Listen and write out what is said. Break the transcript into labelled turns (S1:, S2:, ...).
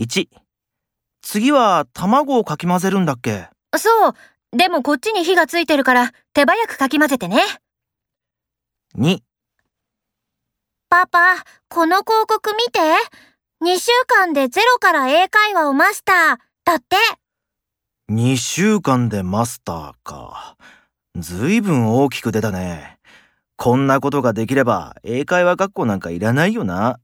S1: 1次は卵をかき混ぜるんだっけ
S2: そう。でもこっちに火がついてるから、手早くかき混ぜてね。
S1: 2
S2: パパ、この広告見て。2週間でゼロから英会話をマスター。だって。
S1: 2週間でマスターかずいぶん大きく出たねこんなことができれば英会話学校なんかいらないよな